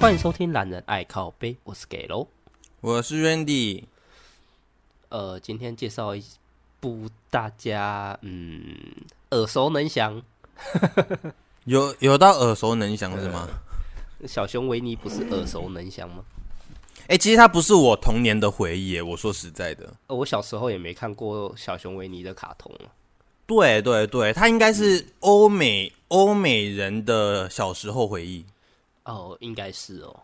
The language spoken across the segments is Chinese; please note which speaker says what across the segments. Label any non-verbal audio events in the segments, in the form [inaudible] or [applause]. Speaker 1: 欢迎收听《懒人爱靠背》，我是给喽。
Speaker 2: 我是 Randy，
Speaker 1: 呃，今天介绍一部大家嗯耳熟能详，
Speaker 2: 有有到耳熟能详是吗？
Speaker 1: 小熊维尼不是耳熟能详吗？
Speaker 2: 哎、其实它不是我童年的回忆耶，我说实在的，
Speaker 1: 呃，我小时候也没看过小熊维尼的卡通啊
Speaker 2: 对对对，它应该是欧美欧美人的小时候回忆。
Speaker 1: 哦，应该是哦，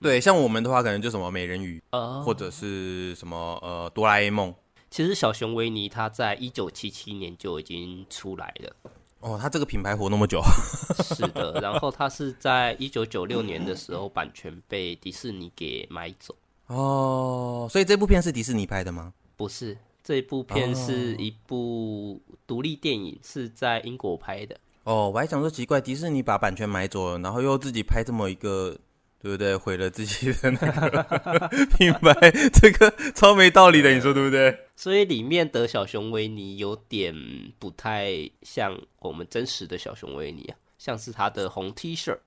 Speaker 2: 对，像我们的话，可能就什么美人鱼，
Speaker 1: 呃，
Speaker 2: 或者是什么呃哆啦 A 梦。
Speaker 1: 其实小熊维尼它在一九七七年就已经出来了，
Speaker 2: 哦，它这个品牌活那么久，
Speaker 1: 是的，然后它是在一九九六年的时候版权被迪士尼给买走，
Speaker 2: 哦，所以这部片是迪士尼拍的吗？
Speaker 1: 不是。这部片是一部独立电影，是在英国拍的。
Speaker 2: 哦，我还想说奇怪，迪士尼把版权买走了，然后又自己拍这么一个，对不对？毁了自己的那个 [laughs] 品牌，这个超没道理的，你说对不对？
Speaker 1: 所以里面的小熊维尼有点不太像我们真实的小熊维尼啊，像是他的红 T 恤，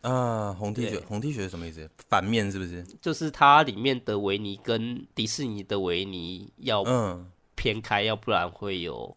Speaker 2: 啊，红 T
Speaker 1: 对
Speaker 2: 恤，红 T 恤是什么意思？反面是不是？
Speaker 1: 就是它里面的维尼跟迪士尼的维尼要
Speaker 2: 嗯
Speaker 1: 偏开，要不然会有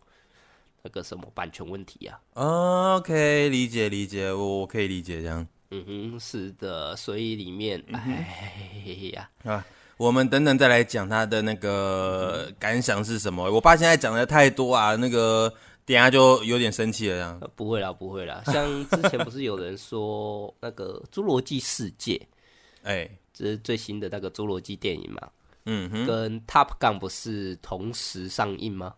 Speaker 1: 那个什么版权问题啊。
Speaker 2: 啊，OK，理解理解，我我可以理解这样
Speaker 1: 嗯哼，是的，所以里面，哎呀，
Speaker 2: 啊。我们等等再来讲他的那个感想是什么。我爸现在讲的太多啊，那个等一下就有点生气了这样。
Speaker 1: 呃不会啦，不会啦。像之前不是有人说那个《侏罗纪世界》，
Speaker 2: 哎、
Speaker 1: 这是最新的那个《侏罗纪》电影嘛，
Speaker 2: 嗯哼，
Speaker 1: 跟《Top Gun》不是同时上映吗？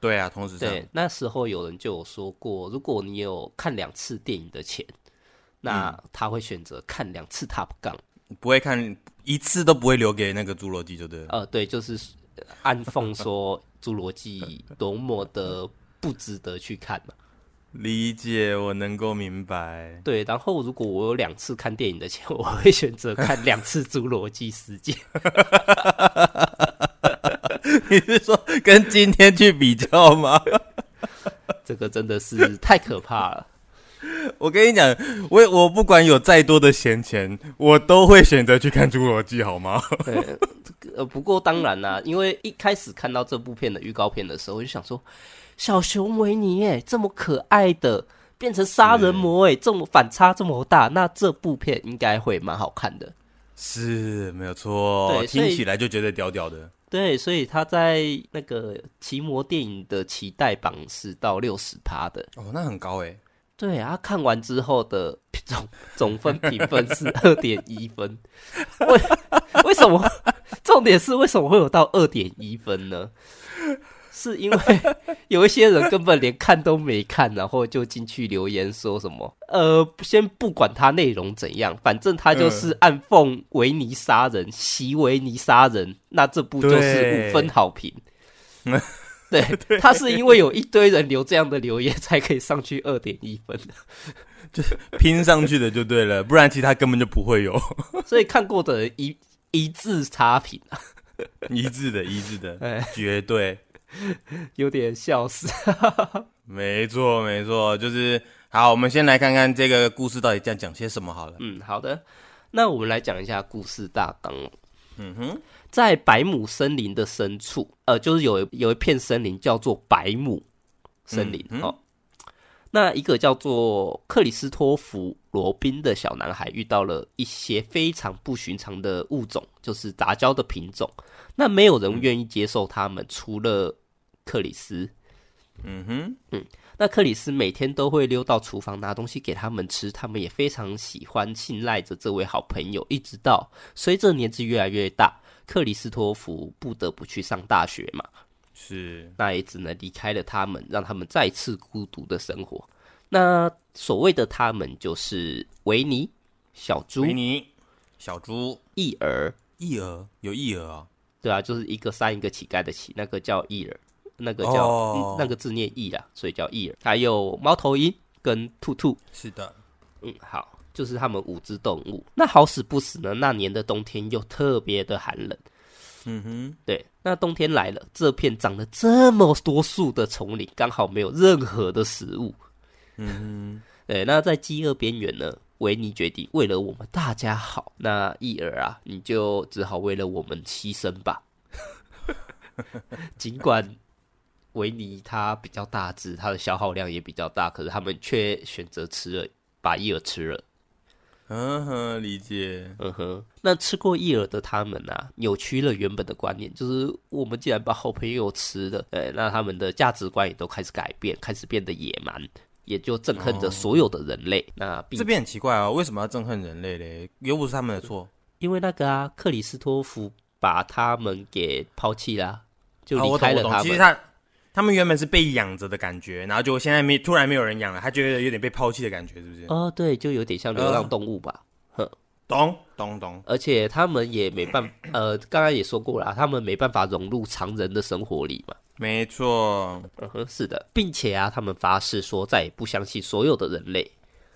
Speaker 2: 对啊，同时上，
Speaker 1: 对，那时候有人就有说过，如果你有看两次电影的钱，那
Speaker 2: 嗯
Speaker 1: 他会选择看两次 Top Gun。
Speaker 2: 不会看一次都不会留给那个侏罗纪就对了。
Speaker 1: 呃，对，就是呃暗讽说侏罗纪多么的不值得去看嘛。
Speaker 2: 理解，我能够明白。 [laughs]
Speaker 1: 对，然后如果我有两次看电影的钱，我会选择看两次《侏罗纪世界》。
Speaker 2: 你是说跟今天去比较吗？ [laughs]
Speaker 1: 这个真的是太可怕了。
Speaker 2: 我跟你讲，我我不管有再多的闲钱，我都会选择去看《侏罗纪》，好吗？ [laughs]
Speaker 1: 对，呃，不过当然啦，因为一开始看到这部片的预告片的时候，我就想说，小熊维尼耶，这么可爱的变成杀人魔哎，这么反差这么大，那这部片应该会蛮好看的。
Speaker 2: 是，没有错，
Speaker 1: 对所以
Speaker 2: 听起来就觉得屌屌的。
Speaker 1: 对，所以他在那个奇摩电影的期待榜是到六十趴的。
Speaker 2: 哦，那很高哎。
Speaker 1: 对啊，看完之后的 [laughs] 总总分评分是二点一分，为为什么？重点是为什么会有到二点一分呢？是因为有一些人根本连看都没看，然后就进去留言说什么呃，先不管它内容怎样，反正它就是暗讽维尼杀人、袭维尼杀人，那这部就是
Speaker 2: 对
Speaker 1: 五分好 [laughs] 评。对，他是因为有一堆人留这样的留言，才可以上去二点一分。
Speaker 2: 拼上去的就对了，不然其他根本就不会有 [laughs]
Speaker 1: 所以看过的人一一致差评啊，
Speaker 2: 一致的，一致的
Speaker 1: 哎，
Speaker 2: 绝对，
Speaker 1: 有点笑死。
Speaker 2: 没错，没错，就是好。我们先来看看这个故事到底在讲些什么好了。
Speaker 1: 嗯，好的，那我们来讲一下故事大纲哦。
Speaker 2: 嗯哼，
Speaker 1: 在百亩森林的深处，呃，就是有有一片森林叫做百亩森林、
Speaker 2: 嗯嗯
Speaker 1: 哦。那一个叫做克里斯托弗·罗宾的小男孩遇到了一些非常不寻常的物种，就是杂交的品种。那没有人愿意接受他们，除了克里斯。
Speaker 2: 嗯哼，
Speaker 1: 那克里斯每天都会溜到厨房拿东西给他们吃，他们也非常喜欢信赖着这位好朋友，一直到随着年纪越来越大，克里斯托弗不得不去上大学嘛，
Speaker 2: 是，
Speaker 1: 那也只能离开了他们，让他们再次孤独的生活。那所谓的他们就是维尼、小猪
Speaker 2: 维、尼，小猪，
Speaker 1: 益儿，
Speaker 2: 益儿有益儿啊、
Speaker 1: 对啊，就是一个山一个乞丐的乞，那个叫益儿，那个叫、
Speaker 2: 哦
Speaker 1: 嗯那个字念益啦，所以叫益儿。还有猫头鹰跟兔兔，
Speaker 2: 是的，
Speaker 1: 嗯，好，就是他们五只动物。那好死不死呢，那年的冬天又特别的寒冷。
Speaker 2: 嗯哼，
Speaker 1: 对，那冬天来了，这片长了这么多树的丛林，刚好没有任何的食物。
Speaker 2: 嗯
Speaker 1: 对，那在饥饿边缘呢，维尼决定为了我们大家好，那益儿啊，你就只好为了我们牺牲吧。尽管维尼他比较大只，他的消耗量也比较大，可是他们却选择吃了，把益儿吃了。
Speaker 2: 嗯哼，理解。
Speaker 1: 嗯哼，那吃过益儿的他们啊，扭曲了原本的观念，就是我们既然把好朋友吃了，哎，那他们的价值观也都开始改变，开始变得野蛮，也就憎恨着所有的人类。那并
Speaker 2: 这边很奇怪啊、为什么要憎恨人类嘞？又不是他们的错。
Speaker 1: 因为那个啊，克里斯托弗把他们给抛弃啦、就
Speaker 2: 啊
Speaker 1: 离
Speaker 2: 我懂
Speaker 1: 开了
Speaker 2: 我懂
Speaker 1: 他
Speaker 2: 其
Speaker 1: 们。
Speaker 2: 实他他们原本是被养着的感觉，然后就现在没突然没有人养了，他觉得有点被抛弃的感觉，是不是？
Speaker 1: 哦，对，就有点像流浪动物吧。
Speaker 2: 懂懂懂。
Speaker 1: 而且他们也没办，呃，刚刚也说过啦，他们没办法融入常人的生活里嘛。
Speaker 2: 没错，
Speaker 1: 嗯哼，是的，并且啊，他们发誓说再也不相信所有的人类。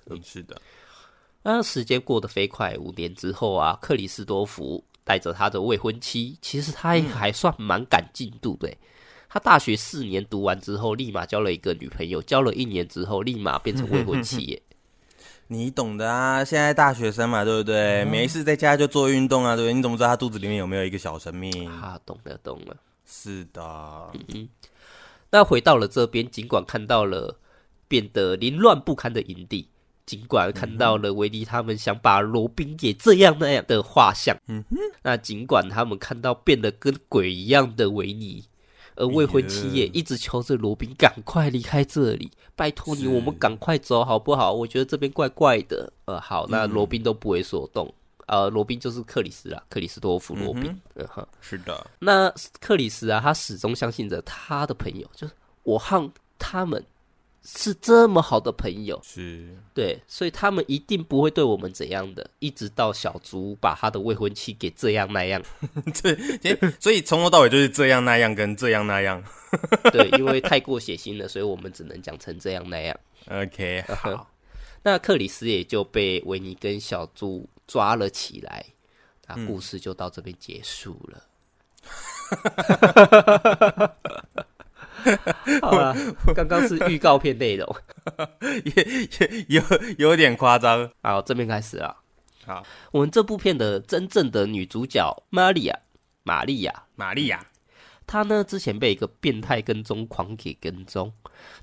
Speaker 2: 嗯，是的。
Speaker 1: 那时间过得飞快，五年之后啊，克里斯多福带着他的未婚妻，其实他也还算蛮赶进度的欸。他大学四年读完之后，立马交了一个女朋友，交了一年之后，立马变成未婚妻耶。
Speaker 2: 你懂的啊，现在大学生嘛，对不对？没事在家就做运动啊，对不对？你怎么知道他肚子里面有没有一个小生命？
Speaker 1: 啊，懂了，懂了。
Speaker 2: 是的，
Speaker 1: 那回到了这边，尽管看到了变得凌乱不堪的营地，尽管看到了维尼他们想把罗宾也这样那样的画像，嗯那尽管他们看到变得跟鬼一样的维尼，而未婚妻也一直求着罗宾赶快离开这里，拜托你，
Speaker 2: 是
Speaker 1: 我们赶快走好不好？我觉得这边怪怪的。呃，好，那罗宾都不为所动。呃，罗宾就是克里斯啦，克里斯多夫罗宾。嗯哼，
Speaker 2: 是的，
Speaker 1: 那克里斯啊，他始终相信着他的朋友，就是我和他们是这么好的朋友，
Speaker 2: 是
Speaker 1: 对，所以他们一定不会对我们怎样的。一直到小竹把他的未婚妻给这样那样，
Speaker 2: [laughs] 这，诶所以从头到尾就是这样那样跟这样那样。
Speaker 1: 对，因为太过血腥了，所以我们只能讲成这样那样。
Speaker 2: [laughs] OK，好，
Speaker 1: 那克里斯也就被维尼跟小猪抓了起来，那故事就到这边结束了。好了，刚刚是预告片内容，
Speaker 2: 有有点夸张。
Speaker 1: 好，这边开始啊。
Speaker 2: 好，
Speaker 1: 我们这部片的真正的女主角玛利亚，玛利亚，
Speaker 2: 玛利亚，
Speaker 1: 她呢之前被一个变态跟踪狂给跟踪，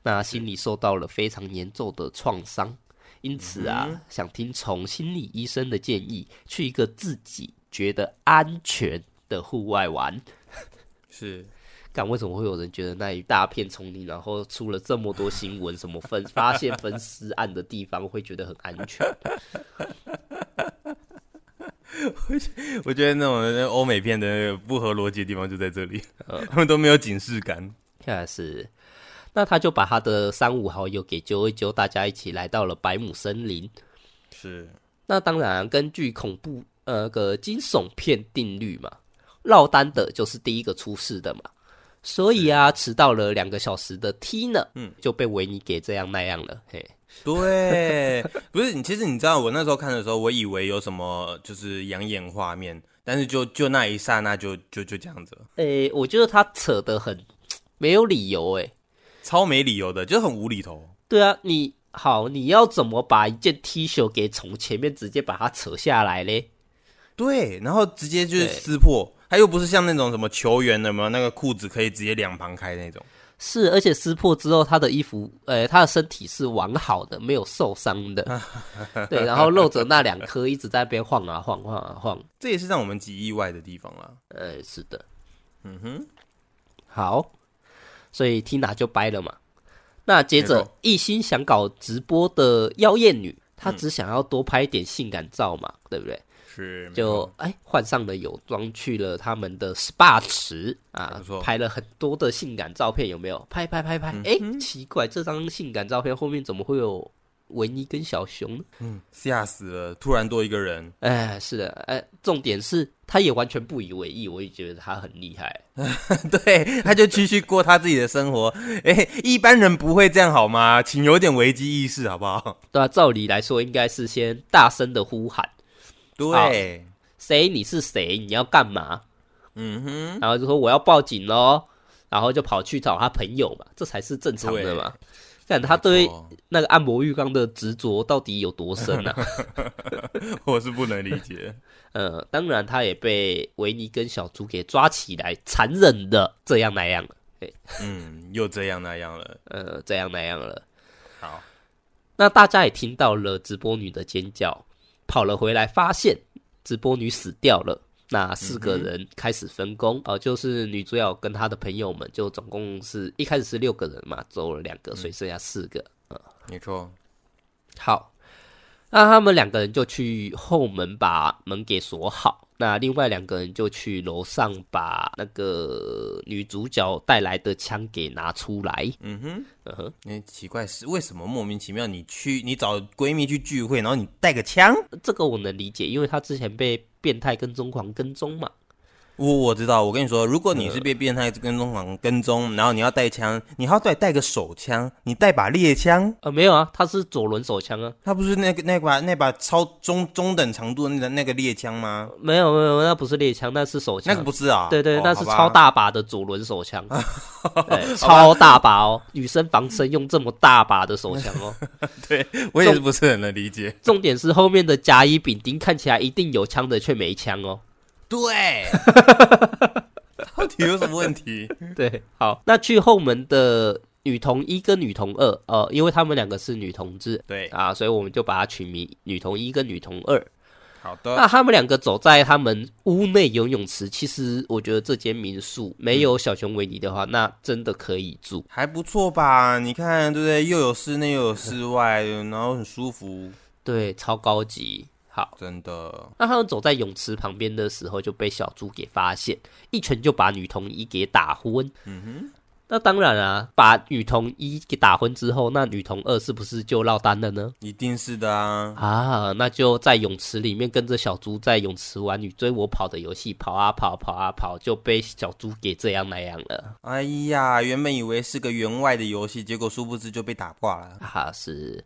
Speaker 1: 那心里受到了非常严重的创伤，因此啊，想听从心理医生的建议，去一个自己觉得安全的户外玩。
Speaker 2: 是
Speaker 1: 干为什么会有人觉得那一大片丛林，然后出了这么多新闻，什么分发现分尸案的地方，会觉得很安全？
Speaker 2: 我觉得那种欧美片的不合逻辑的地方就在这里， [laughs] 他们都没有警示感。
Speaker 1: 看来是，那他就把他的三五好友给揪一揪，大家一起来到了百亩森林。
Speaker 2: 是，
Speaker 1: 那当然，根据恐怖呃个惊悚片定律嘛，落单的就是第一个出事的嘛。所以啊，迟到了两个小时的 Tina，嗯，就被维尼给这样那样了，嘿，
Speaker 2: 对， [laughs] 不是你。其实你知道，我那时候看的时候，我以为有什么就是养眼画面，但是就就那一刹那就就就这样子了，
Speaker 1: 诶、我觉得他扯得很没有理由、诶，
Speaker 2: 超没理由的，就很无厘头。
Speaker 1: 对啊，你好，你要怎么把一件 T 恤给从前面直接把它扯下来嘞？
Speaker 2: 对，然后直接就是
Speaker 1: 对
Speaker 2: 撕破，他又不是像那种什么球员的嘛，那个裤子可以直接两旁开那种。
Speaker 1: 是，而且撕破之后，他的衣服，呃，他的身体是完好的，没有受伤
Speaker 2: [laughs]
Speaker 1: 的。对，然后露着那两颗一直在那边晃啊晃，晃啊晃。
Speaker 2: 这也是让我们极意外的地方啦。
Speaker 1: 呃，是的，
Speaker 2: 嗯哼，
Speaker 1: 好，所以 Tina 就掰了嘛。那接
Speaker 2: 没
Speaker 1: 着
Speaker 2: 错，嗯
Speaker 1: 一心想搞直播的妖艳女，她只想要多拍一点性感照嘛，对不对？
Speaker 2: 是没
Speaker 1: 就
Speaker 2: 错
Speaker 1: 哎换上了泳装，去了他们的 SPA 池
Speaker 2: 还
Speaker 1: 啊
Speaker 2: 不错，嗯
Speaker 1: 拍了很多的性感照片，有没有？拍拍拍拍，哎、奇怪，这张性感照片后面怎么会有维尼跟小熊呢？
Speaker 2: 吓死了，突然多一个人， [laughs]
Speaker 1: 哎，是的，哎，重点是他也完全不以为意，我也觉得他很厉害。
Speaker 2: 对，他就继续过他自己的生活。哎、一般人不会这样好吗？请有点危机意识好不好？
Speaker 1: 对啊，照理来说应该是先大声的呼喊，
Speaker 2: 对，
Speaker 1: 谁你是谁，你要干嘛？
Speaker 2: 嗯哼，
Speaker 1: 然后就说我要报警喽，然后就跑去找他朋友嘛，这才是正常的嘛。看他对
Speaker 2: 没错
Speaker 1: 那个按摩浴缸的执着到底有多深啊？
Speaker 2: 我是不能理解。
Speaker 1: 呃，当然他也被维尼跟小猪给抓起来，残忍的这样那样了，
Speaker 2: 嗯，又这样那样了。
Speaker 1: 呃，这样那样了。
Speaker 2: 好，
Speaker 1: 那大家也听到了直播女的尖叫，跑了回来，发现直播女死掉了。那四个人开始分工，呃，就是女主角跟她的朋友们，就总共是一开始是六个人嘛，走了两个，所以剩下四个。
Speaker 2: 没错。
Speaker 1: 好，那他们两个人就去后门把门给锁好，那另外两个人就去楼上把那个女主角带来的枪给拿出来。
Speaker 2: 嗯哼，
Speaker 1: 嗯哼，
Speaker 2: 因为奇怪是为什么莫名其妙你去你找闺蜜去聚会，然后你带个枪？
Speaker 1: 这个我能理解，因为她之前被变态跟踪狂跟踪嘛。
Speaker 2: 我我知道，我跟你说，如果你是
Speaker 1: 呃
Speaker 2: 被变态跟踪狂跟踪，然后你要带枪，你还要带带个手枪，你带把猎枪，
Speaker 1: 呃，没有啊，他是左轮手枪啊，
Speaker 2: 它不是那个那把那把超中中等长度的那个那个猎枪吗？
Speaker 1: 没有没有，那不是猎枪，那是手枪。
Speaker 2: 那个不是啊，
Speaker 1: 对对，
Speaker 2: 哦
Speaker 1: 那
Speaker 2: 好
Speaker 1: 是
Speaker 2: 吧
Speaker 1: 超大把的左轮手枪，对，超大把哦，女生防身用这么大把的手枪哦。
Speaker 2: 对，我也是不是很能理解。
Speaker 1: 重点是后面的甲乙丙丁看起来一定有枪的，却没枪哦。 [laughs]
Speaker 2: 对，到底有什么问题？
Speaker 1: 对，好，那去后门的女童一跟女童二，呃，因为他们两个是女同志
Speaker 2: 对，
Speaker 1: 啊，所以我们就把它取名女童一跟女童二。
Speaker 2: 好的，
Speaker 1: 那他们两个走在他们屋内游泳池，其实我觉得这间民宿没有小熊维尼的话，那真的可以住。
Speaker 2: 还不错吧？你看，对不对？又有室内又有室外，然后很舒服，
Speaker 1: 对，超高级。好，
Speaker 2: 真的。
Speaker 1: 那他们走在泳池旁边的时候，就被小猪给发现，一拳就把女童一给打昏。嗯哼。那当然啊，把女童一给打昏之后，那女童二是不是就落单了呢？
Speaker 2: 一定是的啊，
Speaker 1: 啊，那就在泳池里面跟着小猪在泳池玩你追我跑的游戏，跑啊跑，跑啊跑，就被小猪给这样那样了。
Speaker 2: 哎呀，原本以为是个员外的游戏，结果殊不知就被打挂了。
Speaker 1: 啊，是。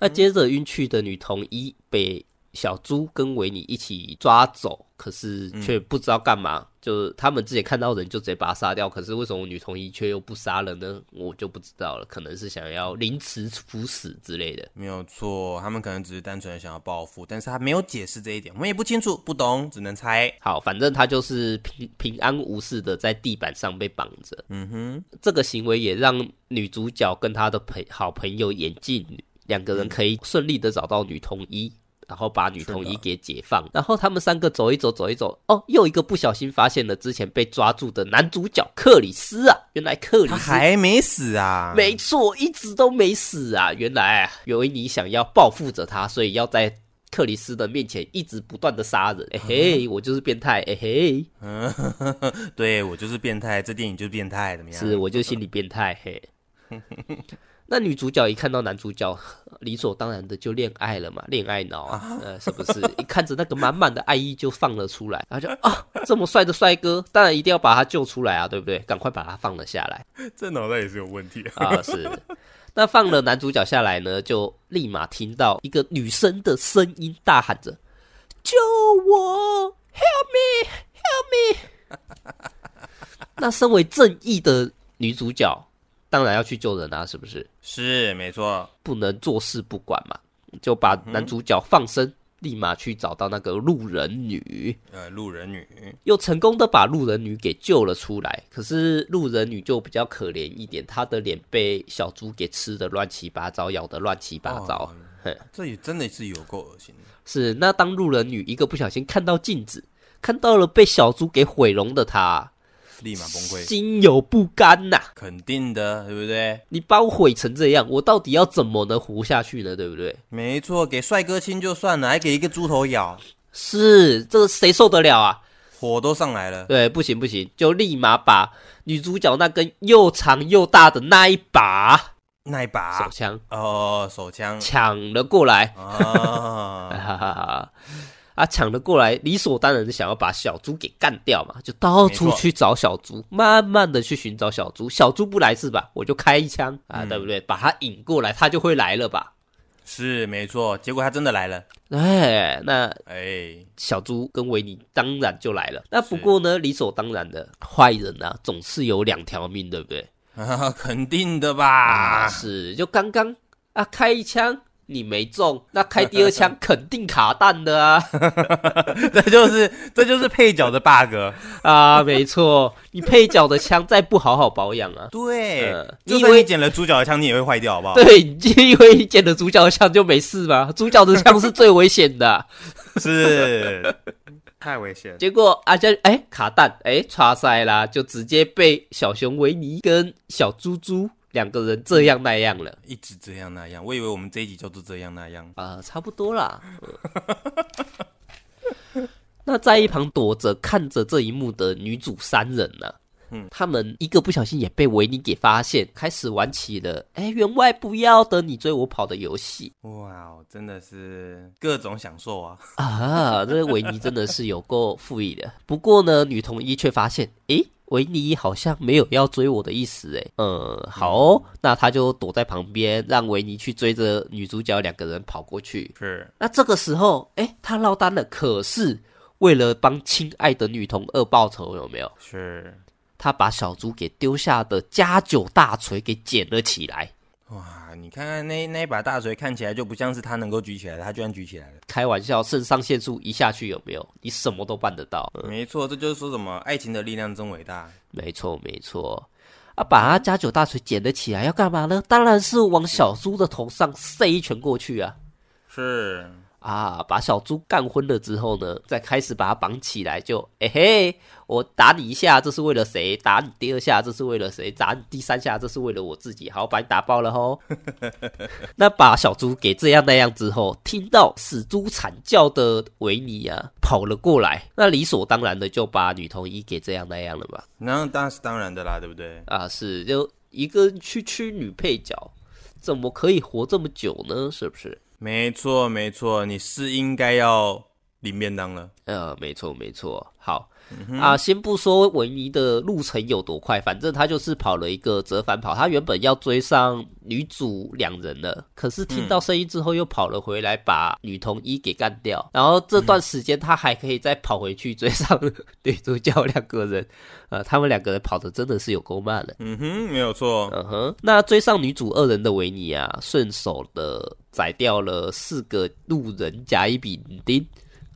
Speaker 1: 那接着晕去的女童一被小猪跟维尼一起抓走，可是却不知道干嘛。就是他们之前看到人就直接把他杀掉，可是为什么女童一却又不杀人呢？我就不知道了，可能是想要凌迟处死之类的。
Speaker 2: 没有错，他们可能只是单纯的想要报复，但是他没有解释这一点，我们也不清楚，不懂，只能猜。
Speaker 1: 好，反正他就是平平安无事的在地板上被绑着。
Speaker 2: 嗯哼，
Speaker 1: 这个行为也让女主角跟她的朋好朋友眼镜女两个人可以顺利的找到女童一，然后把女童一给解放。然后他们三个走一走，走一走，哦，又一个不小心发现了之前被抓住的男主角克里斯啊，原来克里
Speaker 2: 他
Speaker 1: 斯。
Speaker 2: 还没死啊？
Speaker 1: 没错，一直都没死啊！原来维尼想要报复着他，所以要在克里斯的面前一直不断的杀人。哎、嘿，我就是变态！哎、嘿，
Speaker 2: 嗯，对我就是变态，这电影就是变态，怎么样？
Speaker 1: 是，我就心理变态嘿。那女主角一看到男主角，理所当然的就恋爱了嘛，恋爱脑啊，呃，是不是？一看着那个满满的爱意就放了出来，然后就啊，这么帅的帅哥，当然一定要把他救出来啊，对不对？赶快把他放了下来
Speaker 2: 这脑袋也是有问题。
Speaker 1: 啊，是。那放了男主角下来呢，就立马听到一个女生的声音大喊着：“救我！Help me! Help me！” [laughs] 那身为正义的女主角，当然要去救人啊，是不是？
Speaker 2: 是，没错，
Speaker 1: 不能坐视不管嘛，就把男主角放生，立马去找到那个路人女，
Speaker 2: 呃，路人女，
Speaker 1: 又成功的把路人女给救了出来。可是路人女就比较可怜一点，她的脸被小猪给吃的乱七八糟，咬的乱七八糟。
Speaker 2: 哦
Speaker 1: 嘿
Speaker 2: 这也真的是有够恶心的。
Speaker 1: 是，那当路人女一个不小心看到镜子，看到了被小猪给毁容的她，
Speaker 2: 立马崩溃，
Speaker 1: 心有不甘呐、
Speaker 2: 肯定的，对不对？
Speaker 1: 你把我毁成这样，我到底要怎么能活下去呢？对不对？
Speaker 2: 没错，给帅哥亲就算了，还给一个猪头咬，
Speaker 1: 是，这谁受得了啊？
Speaker 2: 火都上来了。
Speaker 1: 对，不行不行，就立马把女主角那根又长又大的那一把
Speaker 2: 那一
Speaker 1: 手
Speaker 2: 把
Speaker 1: 枪
Speaker 2: 哦，手枪
Speaker 1: 抢了过来，哈 [laughs]
Speaker 2: 啊，
Speaker 1: 哈哈哈！啊，抢了过来，理所当然的想要把小猪给干掉嘛，就到处
Speaker 2: 没错
Speaker 1: 去找小猪，慢慢的去寻找小猪。小猪不来是吧？我就开一枪啊，对不对？把他引过来，他就会来了吧？
Speaker 2: 是没错。结果他真的来了，
Speaker 1: 哎，那
Speaker 2: 哎，
Speaker 1: 小猪跟维尼当然就来了。那不过呢，理所当然的，坏人啊，总是有两条命，对不对？啊
Speaker 2: 啊，肯定的吧？
Speaker 1: 是，就刚刚啊，开一枪你没中，那开第二枪肯定卡弹的啊
Speaker 2: 这就是这就是配角的 bug。
Speaker 1: [laughs] 啊，没错，你配角的枪再不好好保养啊，
Speaker 2: 对，
Speaker 1: 呃
Speaker 2: 哎就
Speaker 1: 你以
Speaker 2: 算
Speaker 1: 为
Speaker 2: 你捡了主角的枪，你也会坏掉，好不好？
Speaker 1: 对，你因为你捡了主角的枪就没事嘛，主角的枪是最危险的啊、 [laughs]
Speaker 2: 是， [laughs] 太危险。
Speaker 1: 结果阿加哎卡蛋哎叉塞啦，就直接被小熊维尼跟小猪猪两个人这样那样了
Speaker 2: 一直这样那样，我以为我们这一集叫做这样那样。
Speaker 1: 啊、差不多啦。呃 [laughs] 那在一旁躲着看着这一幕的女主三人呢、嗯，他们一个不小心也被维尼给发现，开始玩起了哎员外不要的你追我跑的游戏 [laughs]
Speaker 2: 哇哦，真的是各种享受啊！
Speaker 1: 啊！这个维尼真的是有够富裕的。不过呢，女童一却发现，诶，维尼好像没有要追我的意思，诶，嗯，好哦，那他就躲在旁边，让维尼去追着女主角两个人跑过去。
Speaker 2: 是，
Speaker 1: 那这个时候，诶，他落单了，可是为了帮亲爱的女童二报仇，有没有？
Speaker 2: 是，
Speaker 1: 他把小猪给丢下的加九大锤给捡了起来。
Speaker 2: 哇，你看看那那一把大锤，看起来就不像是他能够举起来的，他居然举起来了。
Speaker 1: 开玩笑，肾上腺素一下去有没有？你什么都办得到。嗯
Speaker 2: 没错，这就是说什么爱情的力量真伟大。
Speaker 1: 没错，没错。啊，把他加九大锤捡了起来，要干嘛呢？当然是往小猪的头上塞一拳过去啊！
Speaker 2: 是，
Speaker 1: 啊，把小猪干昏了之后呢，再开始把它绑起来就，哎嘿，我打你一下，这是为了谁？打你第二下，这是为了谁？打你第三下，这是为了我自己。好，把你打爆了吼！ [laughs] 那把小猪给这样那样之后，听到死猪惨叫的维尼啊，跑了过来，那理所当然的就把女童一给这样那样了吧。
Speaker 2: 那当是当然的啦，对不对？
Speaker 1: 啊，是就一个区区女配角，怎么可以活这么久呢？是不是？
Speaker 2: 没错，没错，你是应该要领便当了。
Speaker 1: 呃，没错，没错。好、啊，先不说维尼的路程有多快，反正他就是跑了一个折返跑。他原本要追上女主两人了，可是听到声音之后又跑了回来，把女童一给干掉。然后这段时间他还可以再跑回去追上 [laughs] 女主角两个人。呃，他们两个人跑的真的是有够慢的。
Speaker 2: 嗯哼，没有错。
Speaker 1: 嗯哼，那追上女主二人的维尼啊，顺手的宰掉了四个路人甲乙丙丁，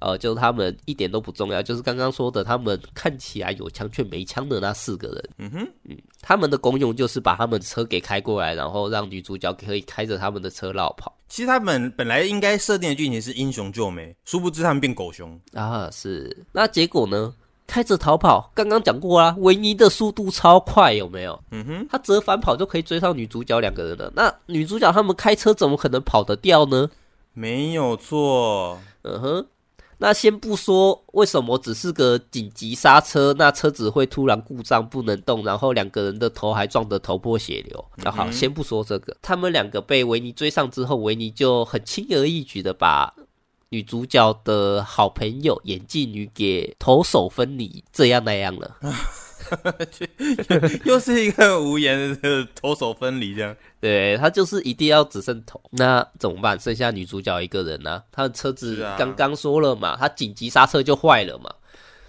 Speaker 1: 呃，就他们一点都不重要，就是刚刚说的，他们看起来有枪却没枪的那四个人，
Speaker 2: 嗯哼，
Speaker 1: 他们的功用就是把他们车给开过来，然后让女主角可以开着他们的车绕跑
Speaker 2: 其实他们本来应该设定的剧情是英雄救美，殊不知他们变狗熊。
Speaker 1: 啊，是。那结果呢？开着逃跑，刚刚讲过啦，啊维尼的速度超快，有没有？
Speaker 2: 嗯哼，
Speaker 1: 他折返跑就可以追上女主角两个人了。那女主角他们开车怎么可能跑得掉呢？
Speaker 2: 没有错。 [laughs]
Speaker 1: 嗯哼，那先不说为什么只是个紧急刹车，那车子会突然故障不能动，然后两个人的头还撞得头破血流。那、好，先不说这个，他们两个被维尼追上之后，维尼就很轻而易举的把。女主角的好朋友眼镜女给投手分离，这样那样了。
Speaker 2: 又是一个无言的投手分离，这样
Speaker 1: 对他就是一定要只剩头，那怎么办？剩下女主角一个人呢、她的车
Speaker 2: 是
Speaker 1: 子
Speaker 2: 啊
Speaker 1: 刚刚说了嘛，她紧急刹车就坏了嘛。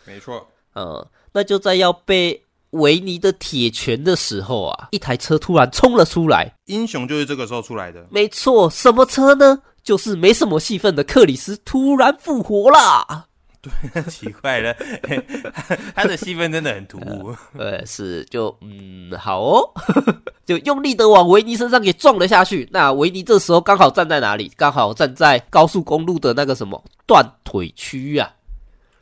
Speaker 2: 没错。
Speaker 1: 嗯，那就在要被维尼的铁拳的时候啊，一台车突然冲了出来。
Speaker 2: 英雄就是这个时候出来的， [laughs]
Speaker 1: 没错，什么车呢？就是没什么戏份的克里斯突然复活啦。
Speaker 2: 奇怪了， [laughs] 嘿他他的戏份真的很突兀。
Speaker 1: 呃，是，就嗯，好哦， [laughs] 就用力的往维尼身上给撞了下去。那维尼这时候刚好站在哪里？刚好站在高速公路的那个什么断腿区啊。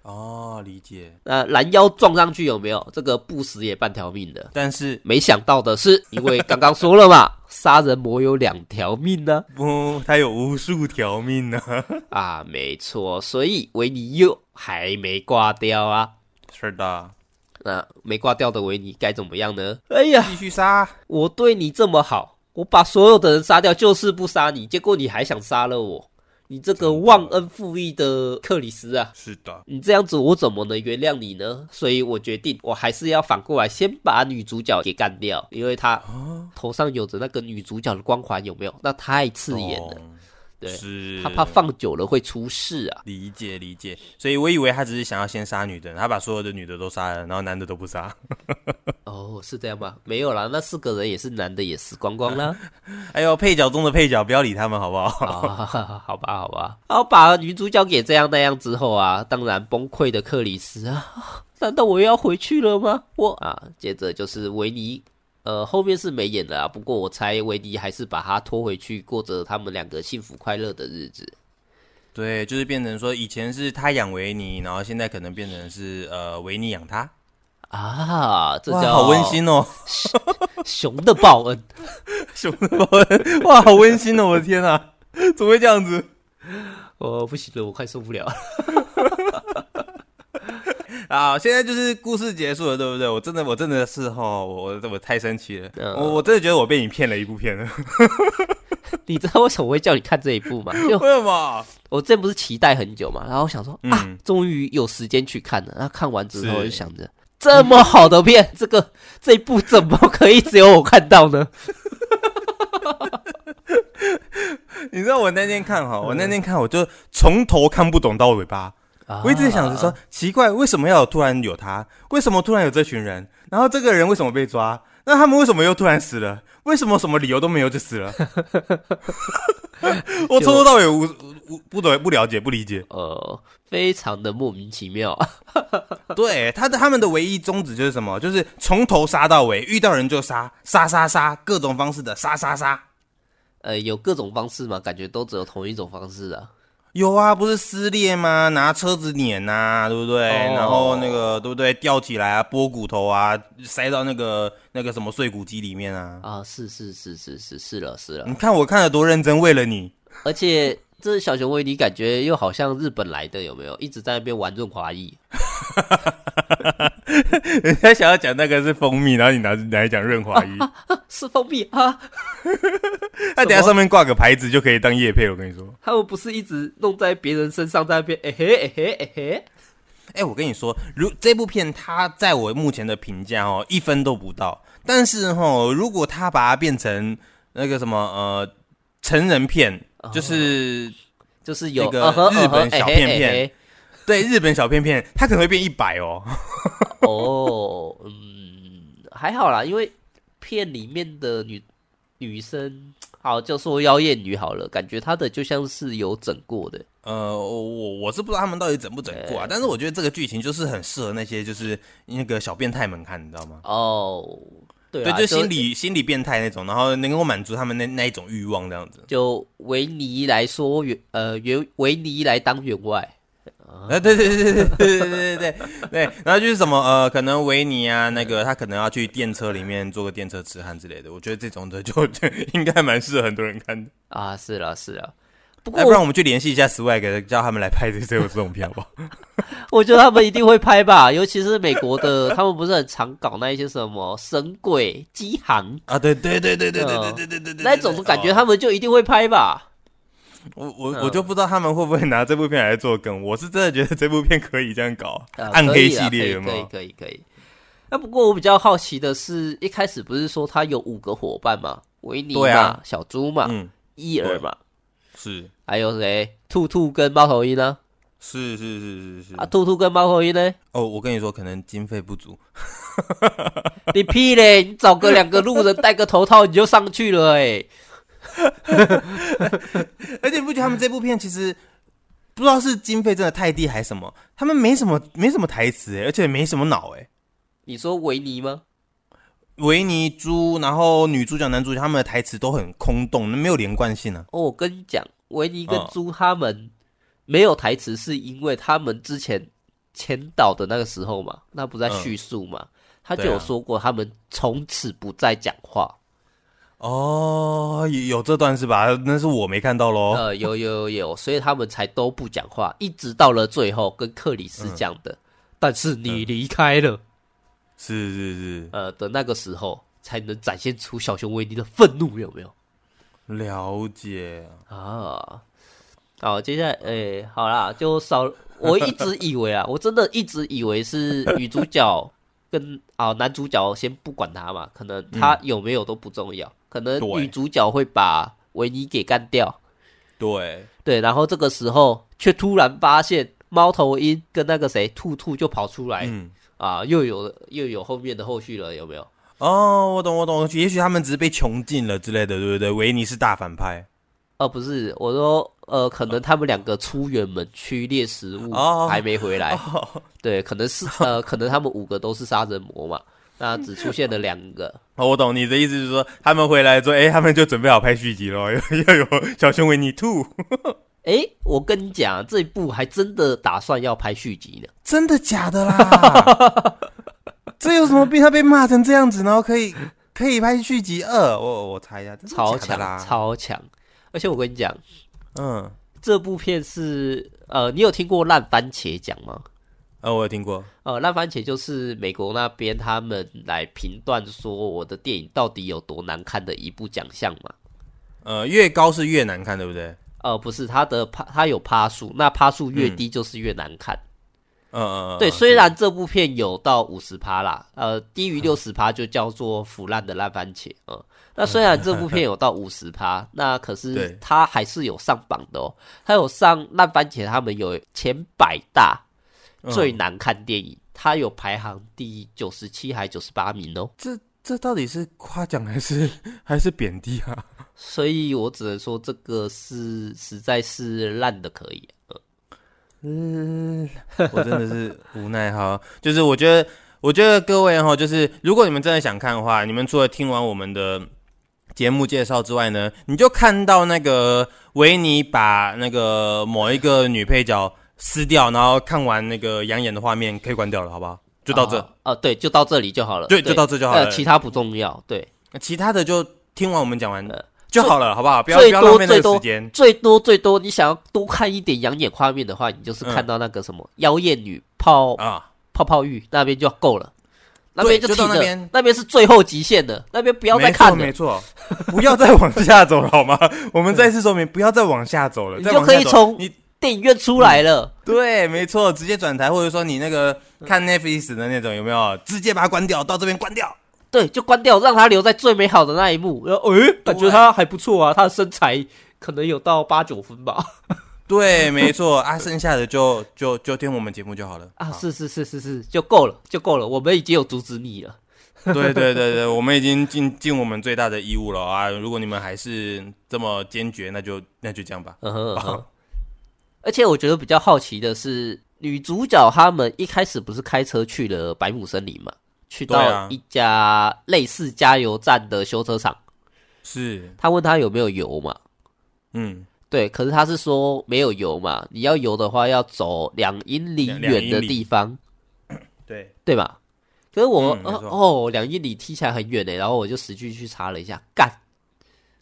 Speaker 2: 哦，理解。
Speaker 1: 那拦腰撞上去有没有？这个不死也半条命的。
Speaker 2: 但是
Speaker 1: 没想到的是，因为刚刚说了嘛，杀人魔有两条命呢、
Speaker 2: 不，哦他有无数条命呢、啊。
Speaker 1: 啊，没错，所以维尼又还没挂掉啊。
Speaker 2: 是的，
Speaker 1: 那没挂掉的维尼该怎么样呢？哎呀，
Speaker 2: 继续杀。
Speaker 1: 我对你这么好，我把所有的人杀掉，就是不杀你，结果你还想杀了我，你这个忘恩负义的克里斯啊！
Speaker 2: 是的，
Speaker 1: 你这样子，我怎么能原谅你呢？所以我决定，我还是要反过来，先把女主角给干掉，因为她头上有着那个女主角的光环，有没有？那太刺眼了。
Speaker 2: 哦
Speaker 1: 对，
Speaker 2: 是
Speaker 1: 他怕放久了会出事啊。
Speaker 2: 理解理解，所以我以为他只是想要先杀女的，他把所有的女的都杀了，然后男的都不杀。 [laughs]
Speaker 1: 哦，是这样吗？没有啦，那四个人也是男的，也死光光啦。
Speaker 2: 哎呦，配角中的配角，不要理他们好不好？
Speaker 1: 啊， [laughs] 好吧，好吧。然后把女主角给这样那样之后啊，当然崩溃的克里斯啊， [laughs] 难道我又要回去了吗？我啊，接着就是维尼，呃，后面是没演了啊，不过我猜维尼还是把他拖回去，过着他们两个幸福快乐的日子。
Speaker 2: [laughs] 对，就是变成说以前是他养维尼，然后现在可能变成是呃维尼养他。
Speaker 1: 啊，这
Speaker 2: 哇，
Speaker 1: 叫
Speaker 2: 好温，馨 [laughs] 哦，
Speaker 1: 熊的报恩。
Speaker 2: 熊的报恩， [laughs] 哇，好温馨哦，我的天啊， [laughs] 怎么会这样子？
Speaker 1: 哦，不行了，我快受不了 [laughs] 了。
Speaker 2: 啊，现在就是故事结束了，对不对？我真的，我真的是哈，我我我太生气了，
Speaker 1: 嗯
Speaker 2: 我我真的觉得我被你骗了一部片了。
Speaker 1: 你知道为什么会叫你看这一部
Speaker 2: [laughs]
Speaker 1: 吗？就
Speaker 2: 为什么？
Speaker 1: 我这不是期待很久嘛，然后我想说啊
Speaker 2: 嗯，
Speaker 1: 终于有时间去看了。然后看完之后
Speaker 2: 是
Speaker 1: 我就想着，这么好的片，这个这一部怎么可以只有我看到
Speaker 2: [laughs]
Speaker 1: 呢？
Speaker 2: 你知道我那天看哈，我那天看我就从头看不懂到尾巴，
Speaker 1: 啊
Speaker 2: 我一直想着说，奇怪，为什么要有突然有他？为什么突然有这群人？然后这个人为什么被抓？那他们为什么又突然死了？为什么什么理由都没有就 [laughs] 死了？我从头到尾无无不懂不了解不理解。
Speaker 1: 呃，非常的莫名其妙。 [laughs]
Speaker 2: 对他的他们的唯一宗旨就是什么？就是从头杀到尾，遇到人就杀，杀杀杀，各种方式的杀杀杀。
Speaker 1: 呃，有各种方式嘛，感觉都只有同一种方式啊。
Speaker 2: 有啊，不是撕裂吗？拿车子碾呐、对不对？
Speaker 1: 哦
Speaker 2: 然后那个对不对？吊起来啊，剥骨头啊，塞到那个那个什么碎骨机里面啊。
Speaker 1: 啊，是是是是是是了是了，
Speaker 2: 你看我看的多认真，为了你。
Speaker 1: 而且这小熊维尼感觉又好像日本来的，有没有？一直在那边玩润滑液。 [laughs]
Speaker 2: 人家想要讲那个是蜂蜜，然后你拿拿来讲润
Speaker 1: [laughs]
Speaker 2: 滑液，
Speaker 1: 是封闭啊！
Speaker 2: 那等下上面挂个牌子就可以当叶配。我跟你说，
Speaker 1: 他们不是一直弄在别人身上，在那边哎、嘿哎、嘿哎、嘿，
Speaker 2: 哎、我跟你说，如这部片它在我目前的评价哦，一分都不到。但是哦，如果它把它变成那个什么呃成人片，
Speaker 1: 哦
Speaker 2: 就是
Speaker 1: 就是有啊
Speaker 2: 那个日本小片片对日本小片片，它可能会变一百哦。
Speaker 1: 哦，嗯，还好啦，因为片里面的女女生，好就说妖艳女好了，感觉她的就像是有整过的，
Speaker 2: 呃，我我我是不知道他们到底整不整过啊，但是我觉得这个剧情就是很适合那些就是那个小变态们看，你知道吗？
Speaker 1: 哦，对
Speaker 2: 对，
Speaker 1: 啦，
Speaker 2: 就
Speaker 1: 就
Speaker 2: 心理心理变态那种，然后能够满足他们那那一种欲望这样子。
Speaker 1: 就维尼来说员呃员维尼来当员外，
Speaker 2: 啊，对对对对对对对对对，然后就是什么呃，可能维尼啊，那个他可能要去电车里面做个电车痴汉之类的，我觉得这种的就就应该蛮适合很多人看的。
Speaker 1: 啊，是啦是啦，不过
Speaker 2: 哎，不然我们去联系一下 Swag，叫他们来拍这这种这种片好不好？
Speaker 1: 我 [laughs] 觉得他们一定会拍吧，尤其是美国的， [laughs] 他们不是很常搞那一些什么神鬼机航
Speaker 2: 啊，对对对对对对对对对对对，
Speaker 1: 那种，感觉
Speaker 2: 哦
Speaker 1: 他们就一定会拍吧。
Speaker 2: 我我
Speaker 1: 嗯
Speaker 2: 我就不知道他们会不会拿这部片来做梗，我是真的觉得这部片可以这样搞，
Speaker 1: 呃
Speaker 2: 暗
Speaker 1: 可
Speaker 2: 黑
Speaker 1: 以啦
Speaker 2: 系列有
Speaker 1: 可
Speaker 2: 没
Speaker 1: 以
Speaker 2: 有？
Speaker 1: 可以可以可以。那不过我比较好奇的是，一开始不是说他有五个伙伴吗？维尼嘛，
Speaker 2: 对啊
Speaker 1: 小猪嘛，
Speaker 2: 嗯，
Speaker 1: 伊尔嘛，
Speaker 2: 是
Speaker 1: 还有谁？兔兔跟猫头鹰呢？
Speaker 2: 是是是是是
Speaker 1: 啊，兔兔跟猫头鹰呢？ [laughs]
Speaker 2: 哦，我跟你说，可能经费不足，
Speaker 1: 你屁嘞！你找个两个路人戴个头套你就上去了哎、
Speaker 2: 而且你不觉得他们这部片其实不知道是经费真的太低还是什么，他们没什么没什么台词、欸，而且没什么脑哎、欸
Speaker 1: 你说维尼吗？
Speaker 2: 维尼猪，然后女主角、男主角他们的台词都很空洞，没有连贯性啊。
Speaker 1: 哦，我跟你讲，维尼跟
Speaker 2: 嗯
Speaker 1: 猪他们没有台词，是因为他们之前前导的那个时候嘛，那不是在
Speaker 2: 嗯
Speaker 1: 叙述嘛，他就
Speaker 2: 对啊
Speaker 1: 有说过，他们从此不再讲话。
Speaker 2: 哦，有有这段是吧？那是我没看到喽。
Speaker 1: 呃，有有有有，所以他们才都不讲话，一直到了最后跟克里斯讲的，但是你离开了，
Speaker 2: 是是是，
Speaker 1: 呃的那个时候，才能展现出小熊维尼的愤怒，有没有？
Speaker 2: 了解。
Speaker 1: 啊，好，接下来，哎、好啦，就少。我一直以为啊，我真的一直以为是女主角跟啊男主角先不管他嘛，可能他有没有都不重要，可能
Speaker 2: 对
Speaker 1: 女主角会把维尼给干掉，
Speaker 2: 对，
Speaker 1: 对，然后这个时候却突然发现猫头鹰跟那个谁兔兔就跑出来、
Speaker 2: 嗯，
Speaker 1: 啊，又有又有后面的后续了，有没有？
Speaker 2: 哦，我懂，我懂，也许他们只是被囚禁了之类的，对不对？维尼是大反 [laughs] 派，
Speaker 1: 哦，不是，我说呃，可能他们两个出远门去猎食物，
Speaker 2: 哦
Speaker 1: 还没回
Speaker 2: [laughs]
Speaker 1: 来。
Speaker 2: 哦
Speaker 1: 对，可能是
Speaker 2: [laughs]
Speaker 1: 呃，可能他们五个都是杀人魔嘛，那只出现了两个。
Speaker 2: 哦，我懂你的意思，就是说他们回来之后，哎、他们就准备好拍续集咯， [laughs] 又又有小熊维尼兔，
Speaker 1: 诶，我跟你讲，这一部还真的打算要拍续集呢。
Speaker 2: 真的假的啦？ [laughs] 这有什么病？他被骂成这样子，然后可以可以拍续集二？我我查一下，真的
Speaker 1: 超
Speaker 2: 假的
Speaker 1: 强
Speaker 2: 啦，
Speaker 1: 超强！而且我跟你讲，
Speaker 2: 嗯，
Speaker 1: 这部片是呃，你有听过烂番茄奖吗？
Speaker 2: 呃，我有听过，
Speaker 1: 呃，烂番茄就是美国那边他们来评断说我的电影到底有多难看的一部奖项嘛。
Speaker 2: 呃，越高是越难看，对不对？
Speaker 1: 呃，不是，它的趴，它有趴数，那趴数越低就是越难看。
Speaker 2: 嗯嗯嗯，
Speaker 1: 对，
Speaker 2: 嗯
Speaker 1: 虽然这部片有到五十趴啦，呃，低
Speaker 2: 嗯
Speaker 1: 于六十趴就叫做腐烂的烂番茄啊、呃那虽然这部片有到五十趴，那可
Speaker 2: 嗯对
Speaker 1: 是它还是有上榜的哦，它有上烂番茄，他们有前百大
Speaker 2: 嗯
Speaker 1: 最难看电影，它有排行第九十七还九十八名哦。
Speaker 2: 这这到底是夸奖还是还是贬低啊？
Speaker 1: 所以我只能说这个是实在是烂的可以。
Speaker 2: 嗯，我真的是无奈哈。就是我觉得，我觉得各位哈，就是如果你们真的想看的话，你们除了听完我们的节目介绍之外呢，你就看到那个维尼把那个某一个女配角撕掉，然后看完那个养眼的画面，可以关掉了，好不好？就到这，
Speaker 1: 啊、啊对，就到这里就好了。
Speaker 2: 对就到这就好了
Speaker 1: 呃其他不重要。对，
Speaker 2: 其他的就听完我们讲完
Speaker 1: 呃
Speaker 2: 就好了，好不好？不要不
Speaker 1: 最
Speaker 2: 要
Speaker 1: 多
Speaker 2: 浪费那
Speaker 1: 最
Speaker 2: 个
Speaker 1: 多
Speaker 2: 时间。
Speaker 1: 最多最多，你想要多看一点养眼画面的话，你就是看到那个什么、妖艳女泡、
Speaker 2: 啊，
Speaker 1: 泡泡浴那边就够了，那边
Speaker 2: 对
Speaker 1: 停
Speaker 2: 就到那
Speaker 1: 了，
Speaker 2: 边
Speaker 1: 那边是最后极限的，那边不要再
Speaker 2: 没
Speaker 1: 看
Speaker 2: 错
Speaker 1: 了
Speaker 2: 没。错，不要再往下走了好吗？ [laughs] 我们再次说明，不要再往下走了，
Speaker 1: 你
Speaker 2: 再
Speaker 1: 就
Speaker 2: 往
Speaker 1: 可
Speaker 2: 下
Speaker 1: 以
Speaker 2: 走
Speaker 1: 从
Speaker 2: 你
Speaker 1: 电影院出来了，
Speaker 2: [laughs] 对，没错，直接转台，或者说你那个看 Netflix 的那种有没有？直接把它关掉，到这边关 [laughs] 掉。
Speaker 1: 对，就关掉，让它留在最美好的那一幕。然后，诶、呃感觉她还不错啊，她的身材可能有到八九分吧。
Speaker 2: 对，没错啊，剩下的就就就听我们节目就好了
Speaker 1: 啊，
Speaker 2: 好
Speaker 1: 是是是是是，就够了，就够了，我们已经有阻止你了。
Speaker 2: 对对对 [laughs] 对，我们已经尽尽我们最大的义务了啊！如果你们还是这么坚决，那就那就这样吧。
Speaker 1: 嗯哼，嗯
Speaker 2: 啊
Speaker 1: 哼。而且我觉得比较好奇的是，女主角他们一开始不是开车去了白姆森林嘛？去
Speaker 2: 对
Speaker 1: 到
Speaker 2: 啊
Speaker 1: 一家类似加油站的修车厂，
Speaker 2: 是，
Speaker 1: 他问他有没有油嘛？
Speaker 2: 嗯，
Speaker 1: 对，可是他是说没有油嘛，你要油的话要走两英里
Speaker 2: 两两
Speaker 1: 远
Speaker 2: 英
Speaker 1: 的
Speaker 2: 里
Speaker 1: 地方，
Speaker 2: 对，
Speaker 1: 对吧？可是我、
Speaker 2: 嗯
Speaker 1: 呃
Speaker 2: 没错
Speaker 1: 哦，两英里听起来很远呢，然后我就实际去查了一下，干，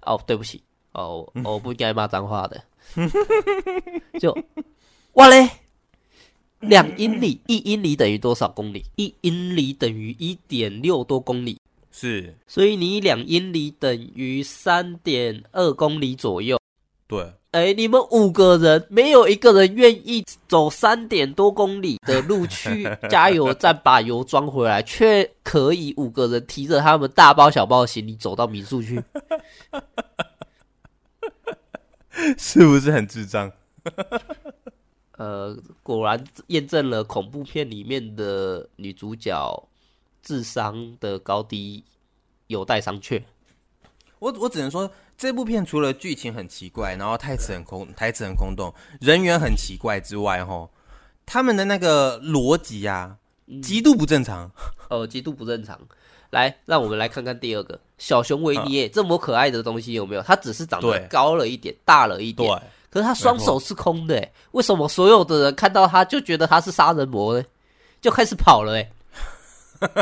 Speaker 1: 哦，对不起，哦，我不应该骂脏
Speaker 2: [laughs]
Speaker 1: 话的，就哇嘞，两英里，一英里等于多少公里？一英里等于一点六多公里，
Speaker 2: 是，
Speaker 1: 所以你两英里等于三点二公里左右。
Speaker 2: 对，
Speaker 1: 哎，你们五个人没有一个人愿意走三点多公里的路去加油站把油装回来，却可以五个人提着他们大包小包的行李走到民宿去。
Speaker 2: [laughs] 是不是很智障？
Speaker 1: 呃，果然验证了恐怖片里面的女主角智商的高低有待商榷。
Speaker 2: 我我只能说，这部片除了剧情很奇怪，然后台词很空，台词很空洞，人员很奇怪之外，吼，他们的那个逻辑啊，极度不正常。
Speaker 1: 呃，极度不正常。来，让我们来看看第二个小熊维尼耶，这么可爱的东西有没有？它只是长得
Speaker 2: 对
Speaker 1: 高了一点，大了一点，可是他双手是空的、欸，为什么所有的人看到他就觉得他是杀人魔呢？就开始跑了、欸，
Speaker 2: [laughs]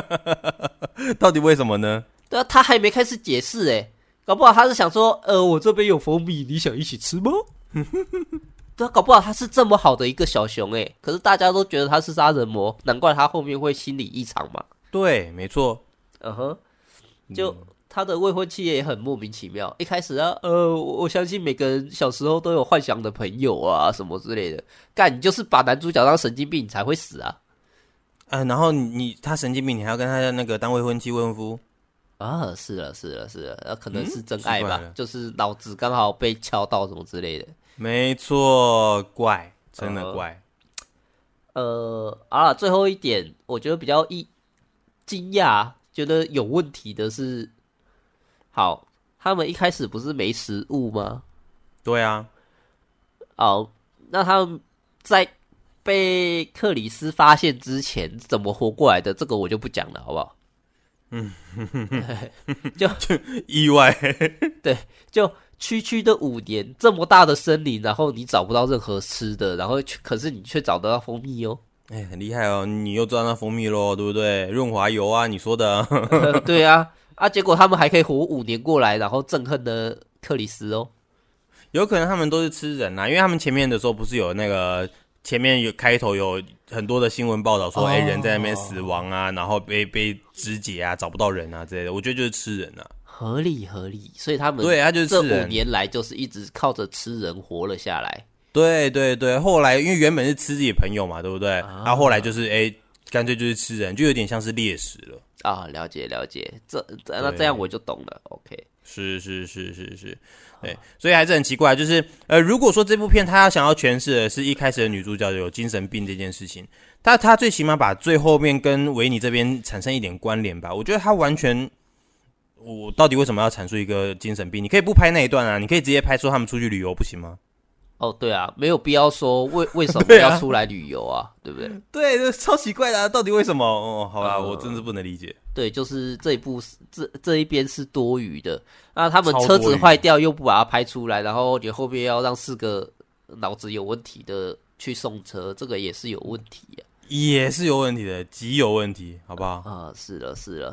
Speaker 2: 到底为什么呢？
Speaker 1: 对啊，他还没开始解释、欸，搞不好他是想说，呃，我这边有蜂蜜，你想一起吃吗？ [laughs] 对啊，搞不好他是这么好的一个小熊、欸，可是大家都觉得他是杀人魔，难怪他后面会心理异常嘛。
Speaker 2: 对，没错，
Speaker 1: 嗯哼，就他的未婚妻也很莫名其妙。一开始啊，呃，我我相信每个人小时候都有幻想的朋友啊，什么之类的。干，你就是把男主角当神经病，你才会死啊！
Speaker 2: 嗯，然后你你他神经病，你还要跟他的那个当未婚妻、未婚夫，
Speaker 1: 啊，是了，是了，是了，呃，可能
Speaker 2: 嗯
Speaker 1: 是真爱
Speaker 2: 奇怪
Speaker 1: 吧，
Speaker 2: 了
Speaker 1: 就是脑子刚好被敲到什么之类的。
Speaker 2: 没错，怪，真的
Speaker 1: 呃
Speaker 2: 怪。
Speaker 1: 呃啊，最后一点，我觉得比较一惊讶，啊觉得有问题的是，好，他们一开始不是没食物吗？
Speaker 2: 对啊，
Speaker 1: 哦，那他们在被克里斯发现之前怎么活过来的？这个我就不讲了，好不好？
Speaker 2: 意外， [laughs]
Speaker 1: 就区区的五年，这么大的森林，然后你找不到任何吃的，然后却可是你却找得到蜂蜜哦。 [laughs]
Speaker 2: 哎、很厉害哦！你又赚到蜂蜜喽，对不对？润滑油啊，你说的。
Speaker 1: 对啊，啊，结果他们还可以活五年过来，然后憎恨的克里斯哦。
Speaker 2: 有可能他们都是吃人啊，因为他们前面的时候不是有那个前面有开头有很多的新闻报道说，
Speaker 1: 哦
Speaker 2: 哎、人在那边死亡啊，然后被被肢解啊，找不到人啊之类的。我觉得就是吃人啊，
Speaker 1: 合理合理，所以他们
Speaker 2: 对，他就是
Speaker 1: 这
Speaker 2: 吃
Speaker 1: 五
Speaker 2: 人。
Speaker 1: 年来就是一直靠着吃人活了下来。
Speaker 2: 对对对，后来因为原本是吃自己的朋友嘛，对不对？然后后来就是哎，干、脆就是吃人，就有点像是猎食了。
Speaker 1: 啊，了解了解，这这那
Speaker 2: 对
Speaker 1: 这样我就懂了。OK，
Speaker 2: 是是是是是，对，所以还是很奇怪，就是呃，如果说这部片他要想要诠释的是一开始的女主角有精神病这件事情，但他最起码把最后面跟维尼这边产生一点关联吧。我觉得他完全，我到底为什么要阐述一个精神病？你可以不拍那一段啊，你可以直接拍说他们出去旅游不行吗？
Speaker 1: 哦对啊，没有必要说为为什么
Speaker 2: [laughs] 对啊嗯
Speaker 1: 要出来旅游啊，对不对？
Speaker 2: 对，这超奇怪的、啊，到底为什么？哦，好啦，
Speaker 1: 呃
Speaker 2: 我真是不能理解。
Speaker 1: 对，就是这一部是这这一边是多余的，那他们
Speaker 2: 超
Speaker 1: 车
Speaker 2: 多
Speaker 1: 子
Speaker 2: 余
Speaker 1: 坏掉又不把它拍出来，然后你后面要让四个脑子有问题的去送车，这个也是有问题呀、
Speaker 2: 也是有问题的，极有问题，好不好？
Speaker 1: 啊。是了是了，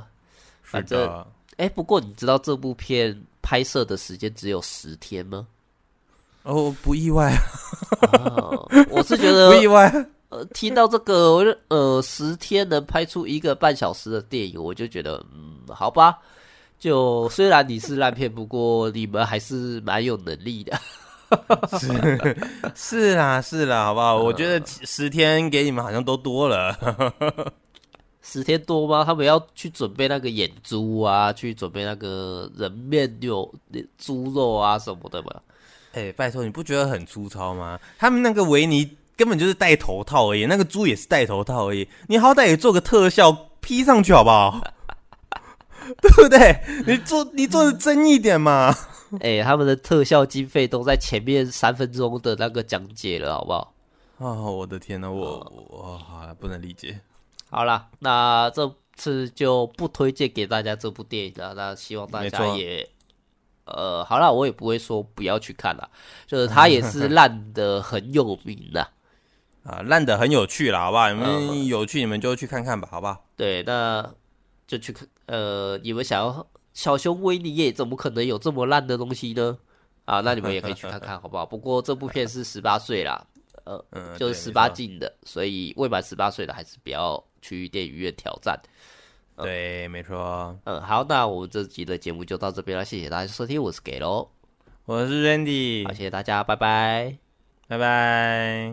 Speaker 2: 是
Speaker 1: 反正
Speaker 2: 的，
Speaker 1: 哎，不过你知道这部片拍摄的时间只有十天吗？
Speaker 2: 哦，不意外，
Speaker 1: 哦，我是
Speaker 2: [laughs]
Speaker 1: 觉
Speaker 2: 不意
Speaker 1: 得，
Speaker 2: 外。啊
Speaker 1: 呃，听到这个，我就呃，十天能拍出一个半小时的电影，我就觉得，嗯，好吧，就虽然你是烂片，不过你们还是蛮有能力的。
Speaker 2: [laughs] 是啦，是啦，好不好？我觉得其十天给你们好像都多了。 [laughs]
Speaker 1: 十天多吗？他们要去准备那个眼珠啊，去准备那个人面牛、猪肉啊什么的嘛。
Speaker 2: 哎、拜托，你不觉得很粗糙吗？他们那个维尼根本就是戴头套而已，那个猪也是戴头套而已。你好歹也做个特效披上去好不好？ [laughs] 对不对？你做你做的真一点嘛。
Speaker 1: 哎、他们的特效经费都在前面三分钟的那个讲解了，好不好？
Speaker 2: [laughs] 哦，我的天哪，我我好了，不能理解。
Speaker 1: 好啦，那这次就不推荐给大家这部电影了。那希望大
Speaker 2: 没
Speaker 1: 家
Speaker 2: 错
Speaker 1: 也，呃，好啦，我也不会说不要去看啦，就是它也是烂的很有名
Speaker 2: [laughs]
Speaker 1: 啦。
Speaker 2: 啊，烂的很有趣啦，好不好？你
Speaker 1: 嗯
Speaker 2: 们有趣，你们就去看看吧，好不好？
Speaker 1: 对，那就去看。呃，你们想要小熊维尼耶，怎么可能有这么烂的东西呢？啊，那你们也可以去看看，好
Speaker 2: [laughs]
Speaker 1: 不好？不过这部片是十八岁啦，
Speaker 2: 嗯，
Speaker 1: 就是
Speaker 2: 对
Speaker 1: 十八。
Speaker 2: 没错
Speaker 1: 禁的，所以未满十八岁的还是不要去电影院挑战。
Speaker 2: 对，没错。
Speaker 1: 嗯，好，那我们这集的节目就到这边了，谢谢大家收听，我是给喽，
Speaker 2: 我是 Randy，
Speaker 1: 好，谢谢大家，拜拜。
Speaker 2: 拜拜。